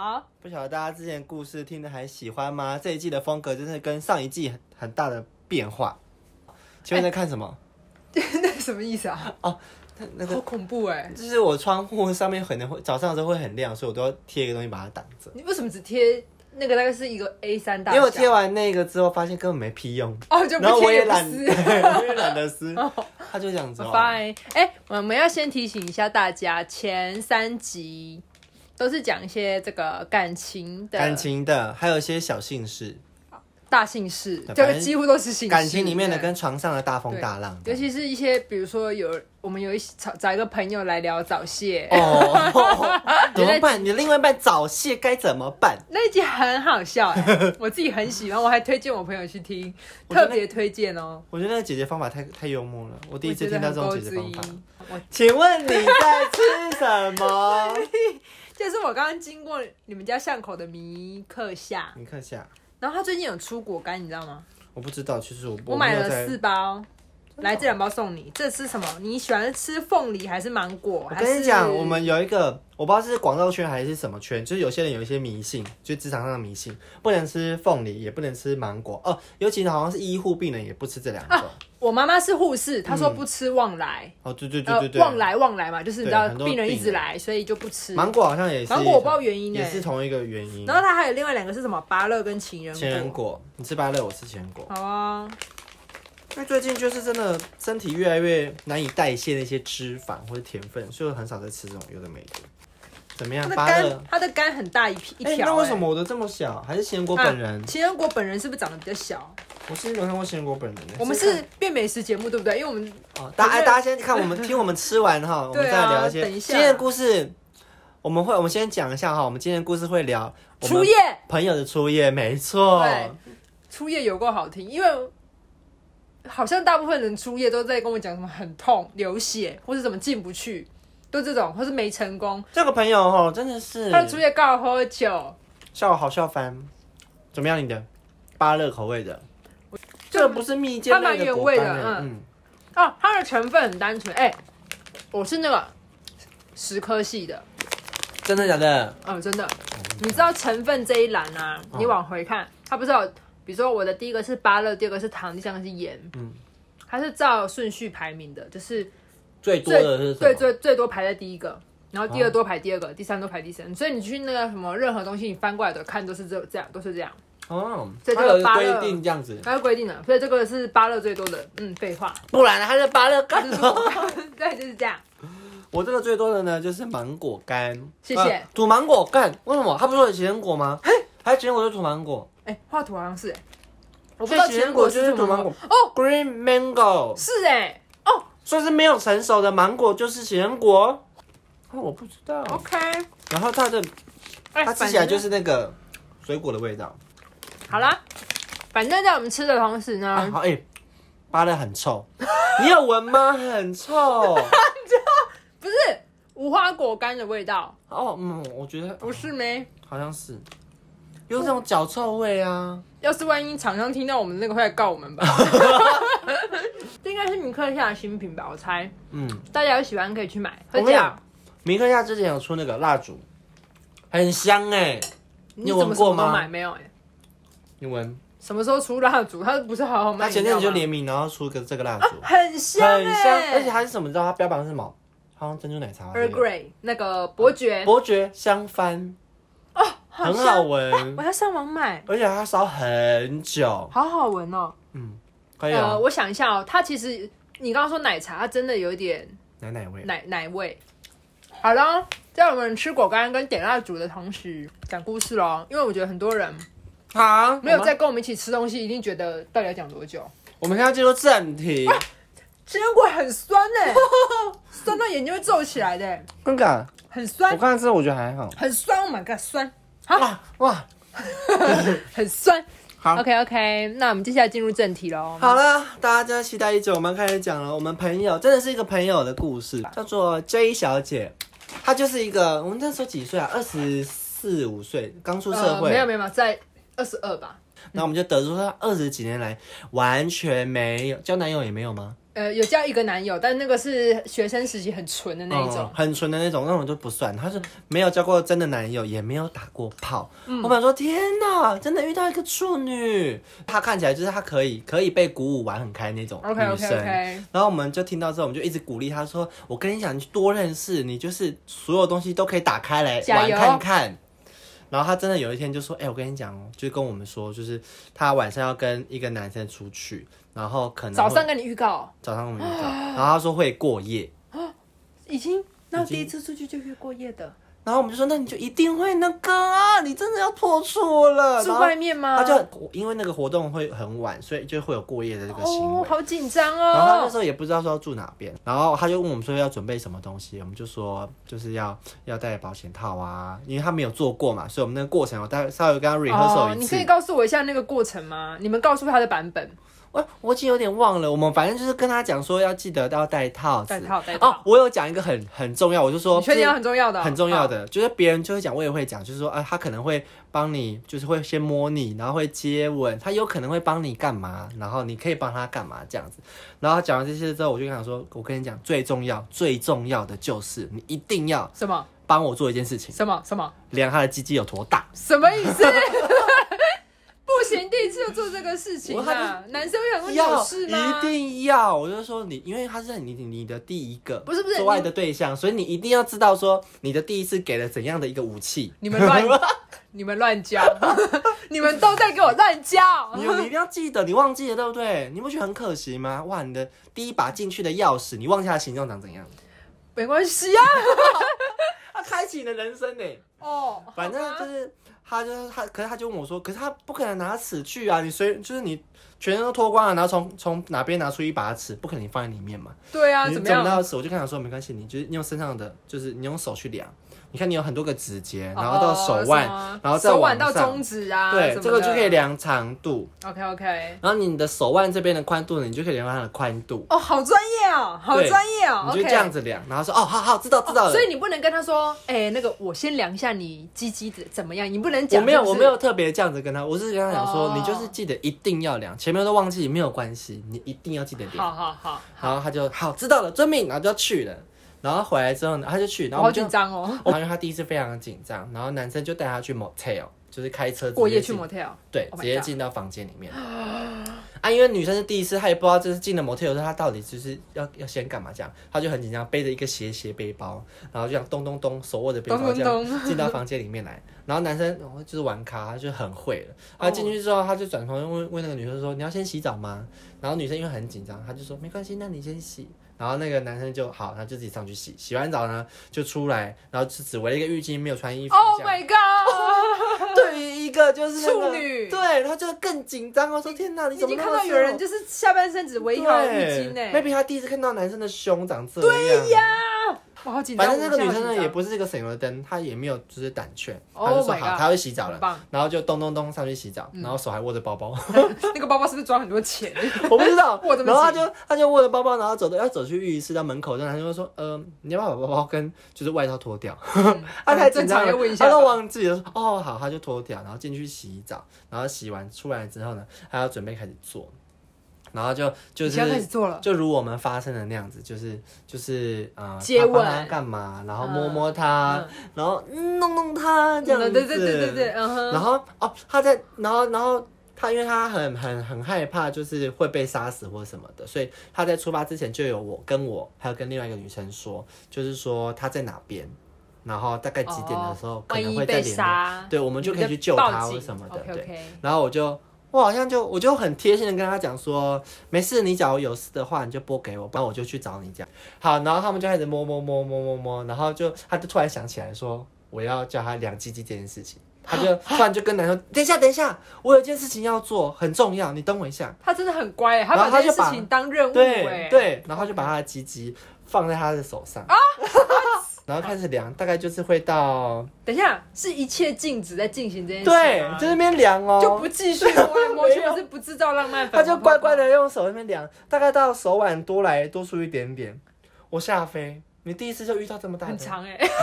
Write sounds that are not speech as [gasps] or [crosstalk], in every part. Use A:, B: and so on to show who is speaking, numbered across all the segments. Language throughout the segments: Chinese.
A: 道大家之前故事听的还喜欢吗？这一季的风格真是跟上一季很很大的变化。请问在看什么？
B: [laughs] 那什么意思啊？
A: 那那
B: 好
A: 个
B: 恐怖哎、
A: 就是我窗户上面可能会早上的时候会很亮，所以我都要贴一个东西把它挡着。
B: 你为什么只贴那个大概是一个 A 三大
A: 因
B: 小？
A: 为我贴完那个之后，发现根本没屁用，
B: 哦，就
A: 然后
B: 不
A: 我也
B: 贴也不
A: 懒，
B: 撕。
A: [laughs]
B: [laughs] 哦
A: 我也懒得撕，他就这样子、哦。
B: Fine，哎、我们要先提醒一下大家，前三集都是讲一些这个感情的
A: 感情的，还有一些小姓氏，
B: 大姓氏，
A: 对
B: 这
A: 反
B: 个
A: 正
B: 几乎都是姓氏
A: 感情里面的
B: 对
A: 跟床上的大风大浪。
B: 尤其是一些，比如说有我们有一起找找一个朋友来聊早泄，
A: 哦，
B: [laughs]
A: 怎么办？你的另外一半早泄该怎么办？
B: 那一集很好笑、哎我自己很喜欢，我还推荐我朋友去听，
A: [laughs] 我觉得
B: 特别推荐哦。
A: 我觉得那个解决方法太太幽默了，我第一次
B: 我觉
A: 听
B: 得
A: 到
B: 很
A: 这种解决
B: 高之
A: 方
B: 一
A: 法。。
B: 我
A: 请问你在吃什
B: [laughs]
A: 么？
B: 就是我刚刚经过你们家巷口的迷客夏，
A: 你看一下，
B: 然后他最近有出果干，你知道吗？
A: 我不知道，其实我
B: 我买
A: 没有
B: 了
A: 在
B: 四包，来这两包送你。这是什么？你喜欢吃凤梨还是芒果？
A: 我
B: 还
A: 跟
B: 是
A: 你讲，我们有一个我不知道是广告圈还是什么圈，就是有些人有一些迷信，就职场上的迷信，不能吃凤梨，也不能吃芒果哦。尤其好像是医护病人也不吃这两种。
B: 我妈妈是护士，她说不吃旺来，
A: 哦，对对嗯对对对，
B: 呃，旺来旺来嘛，就是你知道
A: 对很多
B: 病人一
A: 病
B: 直
A: 人
B: 来，所以就不吃。
A: 芒果好像也是一种，
B: 芒果我不知道原因
A: 也
B: 欸
A: 是同一个原因
B: 然。后它还有另外两个是什么？芭乐跟情人
A: 情人果，你吃芭乐，我吃情人果。
B: 好啊，
A: 因为最近就是真的身体越来越难以代谢那些脂肪或者甜分，所以我很少在吃这种有的没的。怎么样
B: 它，的
A: 芭乐
B: 肝？它的肝很大一片一
A: 哎、
B: 条、
A: 那为
B: 哎
A: 什么我的这么小？还是情人果
B: 啊
A: 本人？
B: 情人果本人是不是长得比较小？
A: 我是没有看过情人果本人的。
B: 我们是变美食节目，对不对？因为我们
A: 哦，大
B: 可
A: 哎，
B: 是
A: 大家先看我们听我们吃完哈，我们
B: 对
A: 再
B: 啊
A: 聊一些
B: 等一下
A: 今天的故事。我们会，我们先讲一下哈，我们今天的故事会聊我们
B: 初夜，
A: 朋友的初夜，没错。
B: 对，初夜有够好听，因为好像大部分人初夜都在跟我讲什么很痛、流血，或是怎么进不去，都这种，或是没成功。
A: 这个朋友哈，真的是
B: 他的初夜告我喝酒，哦
A: 笑我好笑翻。怎么样，你的芭乐口味的？这个不是蜜饯
B: 它
A: 类
B: 蛮
A: 的
B: 原
A: 果
B: 味的
A: 干欸
B: 嗯
A: 嗯，
B: 哦，它的成分很单纯。哎、我是那个十颗系的，
A: 真的假的？
B: 嗯，真的。你知道成分这一栏啊，
A: 哦
B: 你往回看，它不是有，比如说我的第一个是芭乐，第二个是糖，第三个是盐，
A: 嗯
B: 它是照顺序排名的，就是
A: 最多的是什么？哦
B: 对最最多排在第一个，然后第二多排第二个，第三多排第三。所以你去那个什么任何东西，你翻过来的看都是这这样，都是这样，
A: 哦，
B: 这
A: 它
B: 就是
A: 有一个
B: 芭
A: 规
B: 乐
A: 定这样子，
B: 它是规定的。所以这个是芭乐最多的，嗯，废话，
A: 不然它是芭乐干
B: 就是我 [laughs] 对，就是这样。
A: [laughs] 我这个最多的呢就是芒果干，
B: 谢谢
A: 呃煮芒果干，为什么？它不是有情人果吗？还有情人果就煮芒果
B: 哎、画图好像是、哎，我
A: 我
B: 不知道
A: 情
B: 前
A: 人
B: 果
A: 果
B: 是
A: 就
B: 什
A: 是
B: 么
A: 煮芒果
B: 哦，
A: ，Green Mango，
B: 是哎、哦
A: 所以是没有成熟的芒果就是情人果。哦，我不知道。
B: ，OK，
A: 然后它的
B: 哎、
A: 它吃起来
B: 反正
A: 就是那个水果的味道。
B: 好啦。反正在我们吃的同时呢，
A: 啊，好哎，芭乐很臭， [laughs] 你有闻吗？很臭。 [laughs]
B: 不是无花果干的味道，
A: 哦，嗯，我觉得
B: 不是没。
A: 好像是有这种脚臭味啊。
B: 要是万一厂商听到我们那个，会来告我
A: [laughs]
B: 们吧？ [laughs] 这应该是米克夏的新品吧，我猜。
A: 嗯。
B: 大家有喜欢可以去买。
A: 我
B: 喝
A: 跟你
B: 讲
A: 讲，米克夏之前有出那个蜡烛，很香哎、
B: 你
A: 有
B: 怎么
A: 闻
B: 什
A: 过
B: 么
A: 吗
B: 都买没有、欸？
A: 你闻？
B: 什么时候出蜡烛？它不是好好
A: 他
B: 卖饮
A: 前
B: 料
A: 阵
B: 吗？
A: 子就联名，然后出个这个蜡烛，
B: 很香、欸，
A: 很香，而且它是什么？你知道它标榜是什么？好像珍珠奶茶吧。
B: Earl
A: 对不对
B: Grey 那个伯爵，
A: 伯爵香番，很
B: 哦香
A: 好，闻，
B: 我要上网买，
A: 而且它烧很久，
B: 好好闻哦、
A: 可以
B: 呃，
A: 哦，
B: 我想一下哦、它其实你刚刚说奶茶，它真的有一点
A: 奶奶味。
B: 奶奶味。好了，在我们吃果干跟点蜡烛的同时，讲故事喽。因为我觉得很多人
A: 好，
B: 没有
A: 我们
B: 在跟我们一起吃东西，一定觉得到底要讲多久。
A: 我们现在进入正题。
B: 吃人果很酸呢、 [laughs] 酸到眼睛会皱起来的、欸
A: 刚刚
B: 很
A: 我
B: 酸，
A: 看这我觉得还好。
B: 很酸，Oh my god，酸，
A: 哇啊哇，
B: 很酸。
A: 好
B: OK OK，那我们接下来进入正题喽。
A: 好了，大家真的期待已久，我们开始讲了。我们朋友真的是一个朋友的故事，叫做 J 小姐，她就是一个我们那时候几岁啊？二十四五岁，刚出社
B: 呃，
A: 会。
B: 没有没有没有，在二十二吧，
A: 然后我们就得出她二十几年来完全没有交男友也没有吗？
B: 呃，有交一个男友，但那个是学生时期很纯的那一种
A: 嗯，很纯的那种，那种就不算。她是没有交过真的男友，也没有打过炮。
B: 嗯
A: 我本来说天哪，真的遇到一个处女，她看起来就是她可以可以被鼓舞玩很开那种哦女生。
B: OK OK OK，
A: 然后我们就听到之后，我们就一直鼓励她说：“我跟你讲，你去多认识，你就是所有东西都可以打开来
B: 加
A: 玩
B: 油
A: 看看。”然后她真的有一天就说：“哎、我跟你讲哦，就跟我们说，就是她晚上要跟一个男生出去，然后可能
B: 早
A: 会
B: 上跟你预告
A: 早上我们遇到，然后她说会过夜。”
B: 已经，那我
A: 已经
B: 第一次出去就约过夜的，
A: 然后我们就说，那你就一定会那个啊，你真的要破处了。
B: 住
A: 然后
B: 外面吗？哦
A: 他就因为那个活动会很晚，所以就会有过夜的这个行
B: 哦
A: 为，。
B: 好紧张
A: 然后他那
B: 哦
A: 时，候也不知道说要住哪边，然后他就问我们说要准备什么东西，我们就说就是要要带保险套啊，因为他没有做过嘛，所以我们那个过程我大概稍微跟他 rehearsal 一
B: 哦你
A: 次
B: 可以。告诉我一下那个过程吗？你们告诉他的版本，
A: 我我已经有点忘了，我们反正就是跟他讲说要记得要戴套子。
B: 带套带
A: 哦
B: 套，，
A: 我有讲一个很很重要，我就说
B: 你确定
A: 就是
B: 要很重要的哦，
A: 很重要
B: 好。
A: 的，就是别人就会讲，我也会讲，就是说，啊，他可能会帮你，就是会先摸你，然后会接吻，他有可能会帮你干嘛，然后你可以帮他干嘛这样子。然后他讲完这些之后，我就跟他说，我跟你讲，最重要、最重要的就是你一定要
B: 什么
A: 帮我做一件事情，
B: 什么什么
A: 量他的鸡鸡有多大。
B: 什么意思？ [laughs] 不行，第一次就做这个事情
A: 我还
B: 啊！男生会很会
A: 要
B: 有事吗
A: 一？定要，我就说你，因为他是你你你的第一个
B: 不是不是
A: 做爱的对象，所以你一定要知道说你的第一次给了怎样的一个武器。
B: 你们乱，
A: [laughs]
B: 你们乱教， [laughs] 你们都在给我乱教。
A: 你你一定要记得，你忘记了对不对？你不觉得很可惜吗？哇，你的第一把进去的钥匙，你忘记它的形状长怎样？
B: [laughs] 没关系啊。
A: 它开启你的人生呢。
B: 哦，
A: [laughs] 反正就
B: 好吧
A: 是他就是他，可是他就问我说，可是他不可能拿尺去啊！你随就是你全身都脱光了，然后从从哪边拿出一把尺，不可能放在里面嘛？
B: 对啊，
A: 你
B: 怎么
A: 怎么
B: 样？
A: 拿到尺？我就跟他说没关系，你就是你用身上的，就是你用手去量。你看你有很多个指节，然后到手腕，
B: 哦什么
A: 然后再
B: 手
A: 往
B: 腕到
A: 上，
B: 中指啊，
A: 对，
B: 什么
A: 这个就
B: 的
A: 可以。量长度。
B: OK OK，
A: 然后你的手腕这边的宽度呢，你就可以量到它的宽度，
B: 哦，好专业哦，好
A: 对
B: 专业哦。
A: 你
B: OK，
A: 就这样子量，然后说哦，好好，知道知道了。
B: 所以你不能跟他说，哎，那个我先量一下你鸡鸡的怎么样，你不能
A: 我
B: 讲。
A: 没有
B: 是不
A: 我
B: 是
A: 没有特别这样子跟他，我是跟他讲说，
B: 哦
A: 你就是记得一定要量，前面都忘记没有关系，你一定要记得量。
B: 好好好，
A: 然后他就好知道了，遵命，然后就去了。然后回来之后呢，他就去，然后我
B: 我好
A: 们就
B: 紧，张哦。
A: 然后因为他第一次非常紧张，然后男生就带他去 motel，就是开车直接
B: 过夜去
A: 进
B: motel，
A: 对
B: Oh my
A: 直接
B: God
A: 进到房间里
B: [gasps]
A: 面。啊，因为女生是第一次，她也不知道这是进了 motel 之后，她到底就是要要先干嘛这样，她就很紧张，背着一个斜斜背包，然后就这样咚咚咚，手握着背包
B: 咚
A: 这
B: 咚
A: 样
B: 咚
A: 进到房间里面来。然后男生然后就是玩咖，他就很会了。他进去之后，他就转头问问那个女生说：“你要先洗澡吗？”然后女生因为很紧张，她就说：“没关系，那你先洗。”然后那个男生就好，他就自己上去洗。洗完澡呢，就出来，然后就只围了一个浴巾，没有穿衣服。
B: Oh
A: 这样。
B: my god！
A: 对于一个 [laughs] 就是那个
B: 处女
A: 对，他就更紧张哦，说天哪，你
B: 已
A: 怎么
B: 经
A: 那
B: 看
A: 么
B: 到有人就是下半身只围一
A: 对
B: 条浴巾欸呢。
A: ？maybe 他第一次看到男生的胸长这样。对呀，
B: 我好紧张。
A: 反正那个
B: 我
A: 女
B: 现在
A: 生
B: 好
A: 呢
B: 紧张
A: 也不是一个省油的灯，她也没有就是胆怯，她
B: Oh
A: 就说
B: my
A: 好，
B: God 嗯
A: 她会洗澡了
B: 很。棒，
A: 然后就咚咚咚上去洗澡，然后手还握着包
B: [laughs]
A: 包，
B: 那个包包是不是装很
A: [laughs]
B: 多钱？ [laughs]
A: 我不知道
B: 握。这么紧
A: 然后她就她就握着包包，然后走的要走去浴室，到门口，然后她就说：“呃，你要不要把包包跟就是外套脱掉？”她啊太紧
B: 正
A: 张
B: 常要
A: 了
B: 问一，下
A: 她
B: 吧。
A: 都忘记了。哦，好，她就脱掉，然后进去洗澡，然后洗完出来之后呢，她要准备开始做，然后就就
B: 你现在开始
A: 是。
B: 做了，
A: 就如我们发生的那样子，就是就是呃，
B: 接
A: 她帮
B: 吻
A: 她干嘛，然后
B: 嗯
A: 摸摸她，然后嗯弄弄她这样子，
B: 嗯对对对对对，嗯哼。
A: 然后哦，他在，然后然后他，因为他很很很害怕，就是会被杀死或什么的，所以他在出发之前就有我跟我还有跟另外一个女生说，就是说他在哪边，然后大概几点的时候、可
B: 哦万
A: 能
B: 一
A: 会再
B: 被
A: 联络，
B: 杀，
A: 对，我
B: 我
A: 们就可以去救他或什么的，
B: OK
A: 对。
B: OK，
A: 然后我就我好像就我就很贴心的跟他讲说，没事，你假如有事的话，你就拨给我，不然我就去找你这样。好，然后他们就开始摸摸摸摸摸摸，然后就他就突然想起来说，我要叫他量鸡鸡这件事情。他 [laughs] 就突然就跟男生说：“等一下，等一下，我有件事情要做，很重要，你等我一下。
B: 他真的很乖耶，他
A: 然后他
B: 把这件
A: 就把
B: 事情当任务
A: 对啊
B: 哎，
A: 对，然后就把他的鸡鸡放在他的手上，然后开始量，大概就是会到
B: 等一下，是一切禁止在进行这件事
A: 对，
B: 吗
A: 就那边量哦，
B: 就不继续摸来摸去，
A: 没有
B: 或是不制造浪漫氛围，
A: [laughs] 他就乖乖的用手那边量，大概到手腕多来多出一点点。我吓飞，你第一次就遇到这么大
B: 很
A: 的，
B: 长哎，欸 [laughs]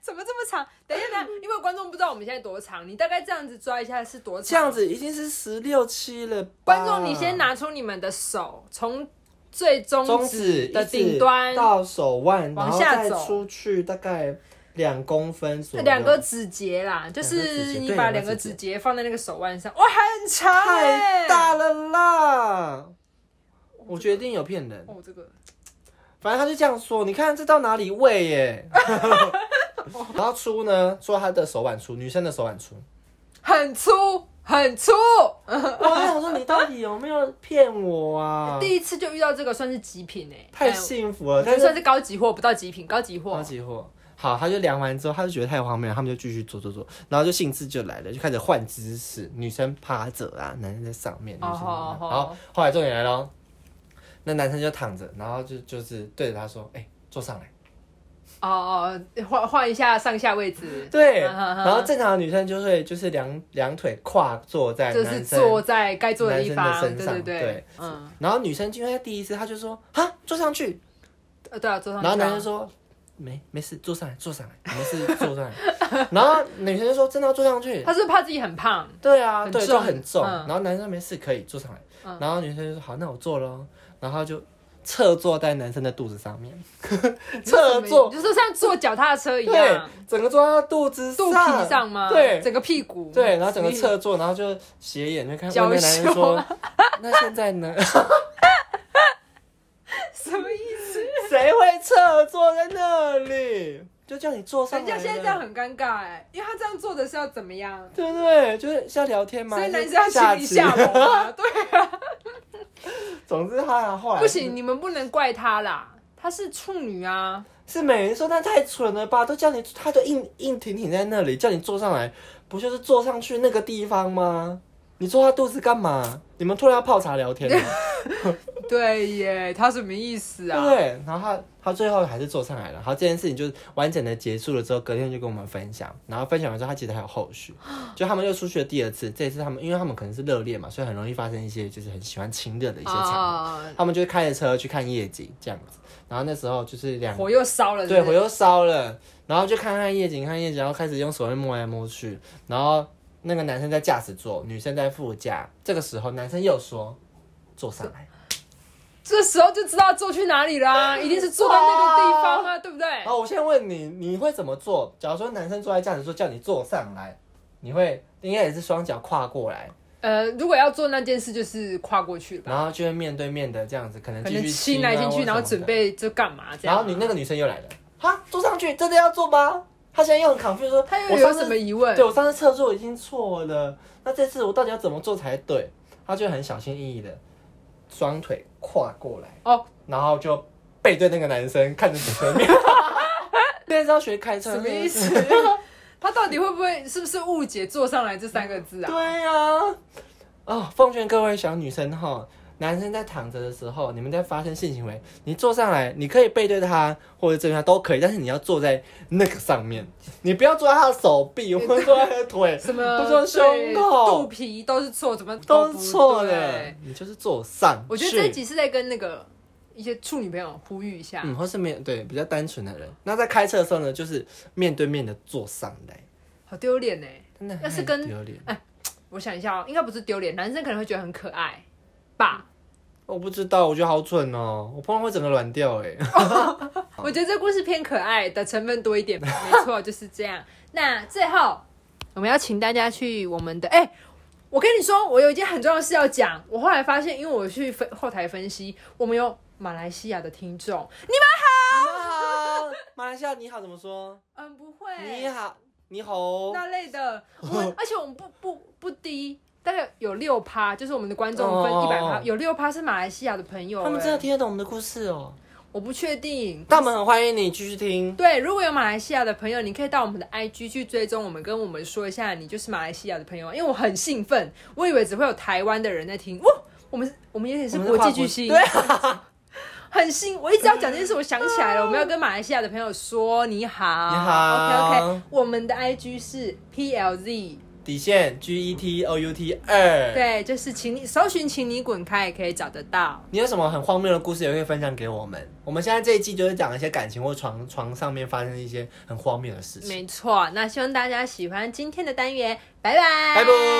B: 怎么这么长？等一下，等一下，因为观众不知道我们现在多长，你大概这样子抓一下是多长？
A: 这样，子已经是十六七了吧。
B: 观众你先拿出你们的手，从最
A: 中
B: 中
A: 指
B: 指的
A: 一直
B: 顶端
A: 到手腕，然
B: 往
A: 后
B: 下
A: 再
B: 走
A: 出去大概两公分左右。
B: 两个指节啦，就是你把
A: 两
B: 两
A: 个
B: 个
A: 指节
B: 指节放在那个手腕上，哇，很长、欸，
A: 太大了啦！我决定有骗人，
B: 哦，这个
A: 反正他就这样说。你看这到哪里喂耶？ [laughs] 然后粗呢，说他的手腕粗，女生的手腕粗。
B: 很粗很粗、
A: [laughs] 我还想说你到底有没有骗我
B: [laughs]
A: 啊？
B: 第一次就遇到这个算是极品哎、欸，
A: 太
B: 哎
A: 幸福了，
B: 我觉得
A: 但是
B: 算是高级货，不到极品，高级
A: 超
B: 货。
A: 级货。好，他就量完之后，他就觉得太荒谬了，他们就继续做做做，然后就兴致就来了，就开始换姿势，女生趴着啊，男生在上面，女
B: 哦
A: 生在上面
B: 好
A: 然
B: 好
A: 后后来重点来了，那男生就躺着，然后就就是对着他说：“哎、坐上来。
B: 哦哦，换换一下上下位置”，
A: 对，
B: 啊哈哈
A: 然后正常的女生就会就是两两腿跨坐在
B: 就
A: 男
B: 是
A: 生，
B: 坐在该坐的地
A: 男
B: 方，
A: 生的
B: 对
A: 身上
B: 对
A: 对
B: 嗯，
A: 然后女生因为她第一次，她就说：“啊，坐上去。”
B: 呃，对啊，坐上去
A: 然
B: 啊。
A: 后男生说没没事，坐上来，坐上来，没事，坐上来。 [laughs] 然后女生就说真的要坐上去，
B: 他是不是怕自己很胖，
A: 对啊，
B: 很
A: 对，就
B: 重
A: 很重。
B: 嗯
A: 然后男生说没事，可以坐上来。
B: 嗯
A: 然后女生就说好，那我坐咯。然后就侧坐在男生的肚子上
B: [laughs]
A: 面，侧坐，
B: 就是像坐脚踏车一
A: 对
B: 样，，
A: 整个坐到肚子
B: 肚皮上吗？
A: 对
B: 整个屁股。
A: 对，然后整个侧坐，然后就斜眼就看问那
B: 娇
A: 男人
B: 羞 [laughs]
A: 说，那现在呢？ [laughs]
B: 什么意思？
A: 谁会侧坐在那里？就叫你坐上
B: 人
A: 来。
B: 家现在这样，很尴尬哎，因为他这样做的是要怎么样？
A: 对不对？就是是要聊天嘛，
B: 所以
A: 还
B: 男
A: 是
B: 生要清理
A: 棋
B: 下楼啊，对啊，
A: [laughs] 总之他后来
B: 不行，你们不能怪他啦，他是处女啊，
A: 是美人说那太蠢了吧？都叫你，他就硬硬挺挺在那里，叫你坐上来，不就是坐上去那个地方吗？你坐他肚子干嘛？你们突然要泡茶聊
B: [laughs]
A: 天了，
B: 对耶，他什么意思
A: 对
B: 啊
A: 不？对？然后他他最后还是坐上来了。好，这件事情就完整的结束了之后，隔天就跟我们分享，然后分享完之后，他其实还有后
B: [gasps]
A: 续，就他们又出去了第二次，这一次他们因为他们可能是热恋嘛，所以很容易发生一些就是很喜欢亲 [laughs] 热的一些场合，
B: 啊，
A: 他们就开着车去看夜景这样子。然后那时候就是两
B: 火又烧了，
A: 对，
B: 是不
A: 火
B: 是
A: 又烧了，然后就看看夜景，看夜景，然后开始用手会摸来摸去，然后那个男生在驾驶座，女生在副驾。这个时候，男生又说：“坐上来。
B: 这时候就知道坐去哪里
A: [laughs]
B: 啦，一定是坐到那个地方啊，对不对”
A: 然？后我现在问你，你会怎么做？假如说男生坐在驾驶座叫你坐上来，你会应该也是双脚跨过来，
B: 呃，如果要做那件事，就是跨过去吧，
A: 然后就会面对面的这样子，可能
B: 可
A: 继
B: 能
A: 续
B: 亲
A: 亲
B: 来
A: 啊
B: 亲
A: 或
B: 去，然后
A: 什么
B: 准
A: 的。
B: 备就干嘛这
A: 然
B: 样啊。
A: 后你那个女生又来了，哈，坐上去，真的要坐吗？她现在又很 confused 说，
B: 他
A: 我
B: 又
A: 上
B: 有
A: 次
B: 什么疑问？
A: 对我上次测错已经错了，那这次我到底要怎么做才对？他就很小心翼翼的，双腿跨过来，
B: 哦，
A: 然后就背对那个男生，看着你前
B: [laughs]
A: 面。现在是要学开车，
B: 什么意思？
A: [laughs]
B: 他到底会不会是不是误解“坐上来”这三个字啊？
A: 对呀、啊，哦，奉劝各位小女生哈，男生在躺着的时候，你们在发生性行为，你坐上来，你可以背对他或者正面他都可以，但是你要坐在那个上面，你不要坐在他的手臂或者坐在他的腿，[laughs]
B: 什么
A: 不说胸
B: 对
A: 口
B: 肚皮都是错，怎么
A: 都
B: 不
A: 是错的
B: 对，
A: 你就是坐上去。
B: 我觉得这一集是在跟那个一些处女朋友呼吁一下，
A: 嗯，或是没有对比较单纯的人。那在开车的时候呢，就是面对面的坐上来，
B: 好丢脸呢。
A: 真的
B: 要是
A: 很
B: 跟
A: 丢脸。
B: 我想一下哦，应该不是丢脸，男生可能会觉得很可爱吧。
A: 我不知道，我觉得好蠢哦，我碰到会整个软掉哎。
B: 我觉得这故事偏可爱的成分多一点，没错，就是这样。那最后我们要请大家去我们的，哎、我跟你说，我有一件很重要的事要讲。我后来发现，因为我去分后台分析，我们有马来西亚的听众，
A: 你们好， [laughs] 马来西亚你好怎么说？
B: 嗯，不会，
A: 你好，你好。
B: 那类
A: [laughs]
B: 的，我们而且我们不不不低。大概有六趴，就是我们的观众分
A: 哦
B: 一百趴，有六趴是马来西亚的朋友、
A: 他们真的
B: 哎
A: 听得懂我们的故事哦，
B: 我不确定，
A: 但我们很欢迎你继续听。
B: 对，如果有马来西亚的朋友，你可以到我们的 IG 去追踪我们，跟我们说一下你就是马来西亚的朋友，啊因为我很兴奋，我以为只会有台湾的人在听，哇，我们我们有点是
A: 我们
B: 国
A: 跨
B: 际
A: 国
B: 巨星，
A: 对，
B: 很兴，我一直要讲这件事，我想起来了，我们要跟马来西亚的朋友说你好，
A: 你好
B: o k OK，我们的 IG 是 PLZ
A: 底线 G E T O U T 二。，
B: 对，就是请你搜寻，请你滚开也可以找得到。
A: 你有什么很荒谬的故事也可以分享给我们。我们现在这一季就是讲一些感情或床床上面发生一些很荒谬的事情。
B: 没错，那希望大家喜欢今天的单元，拜拜，
A: 拜拜。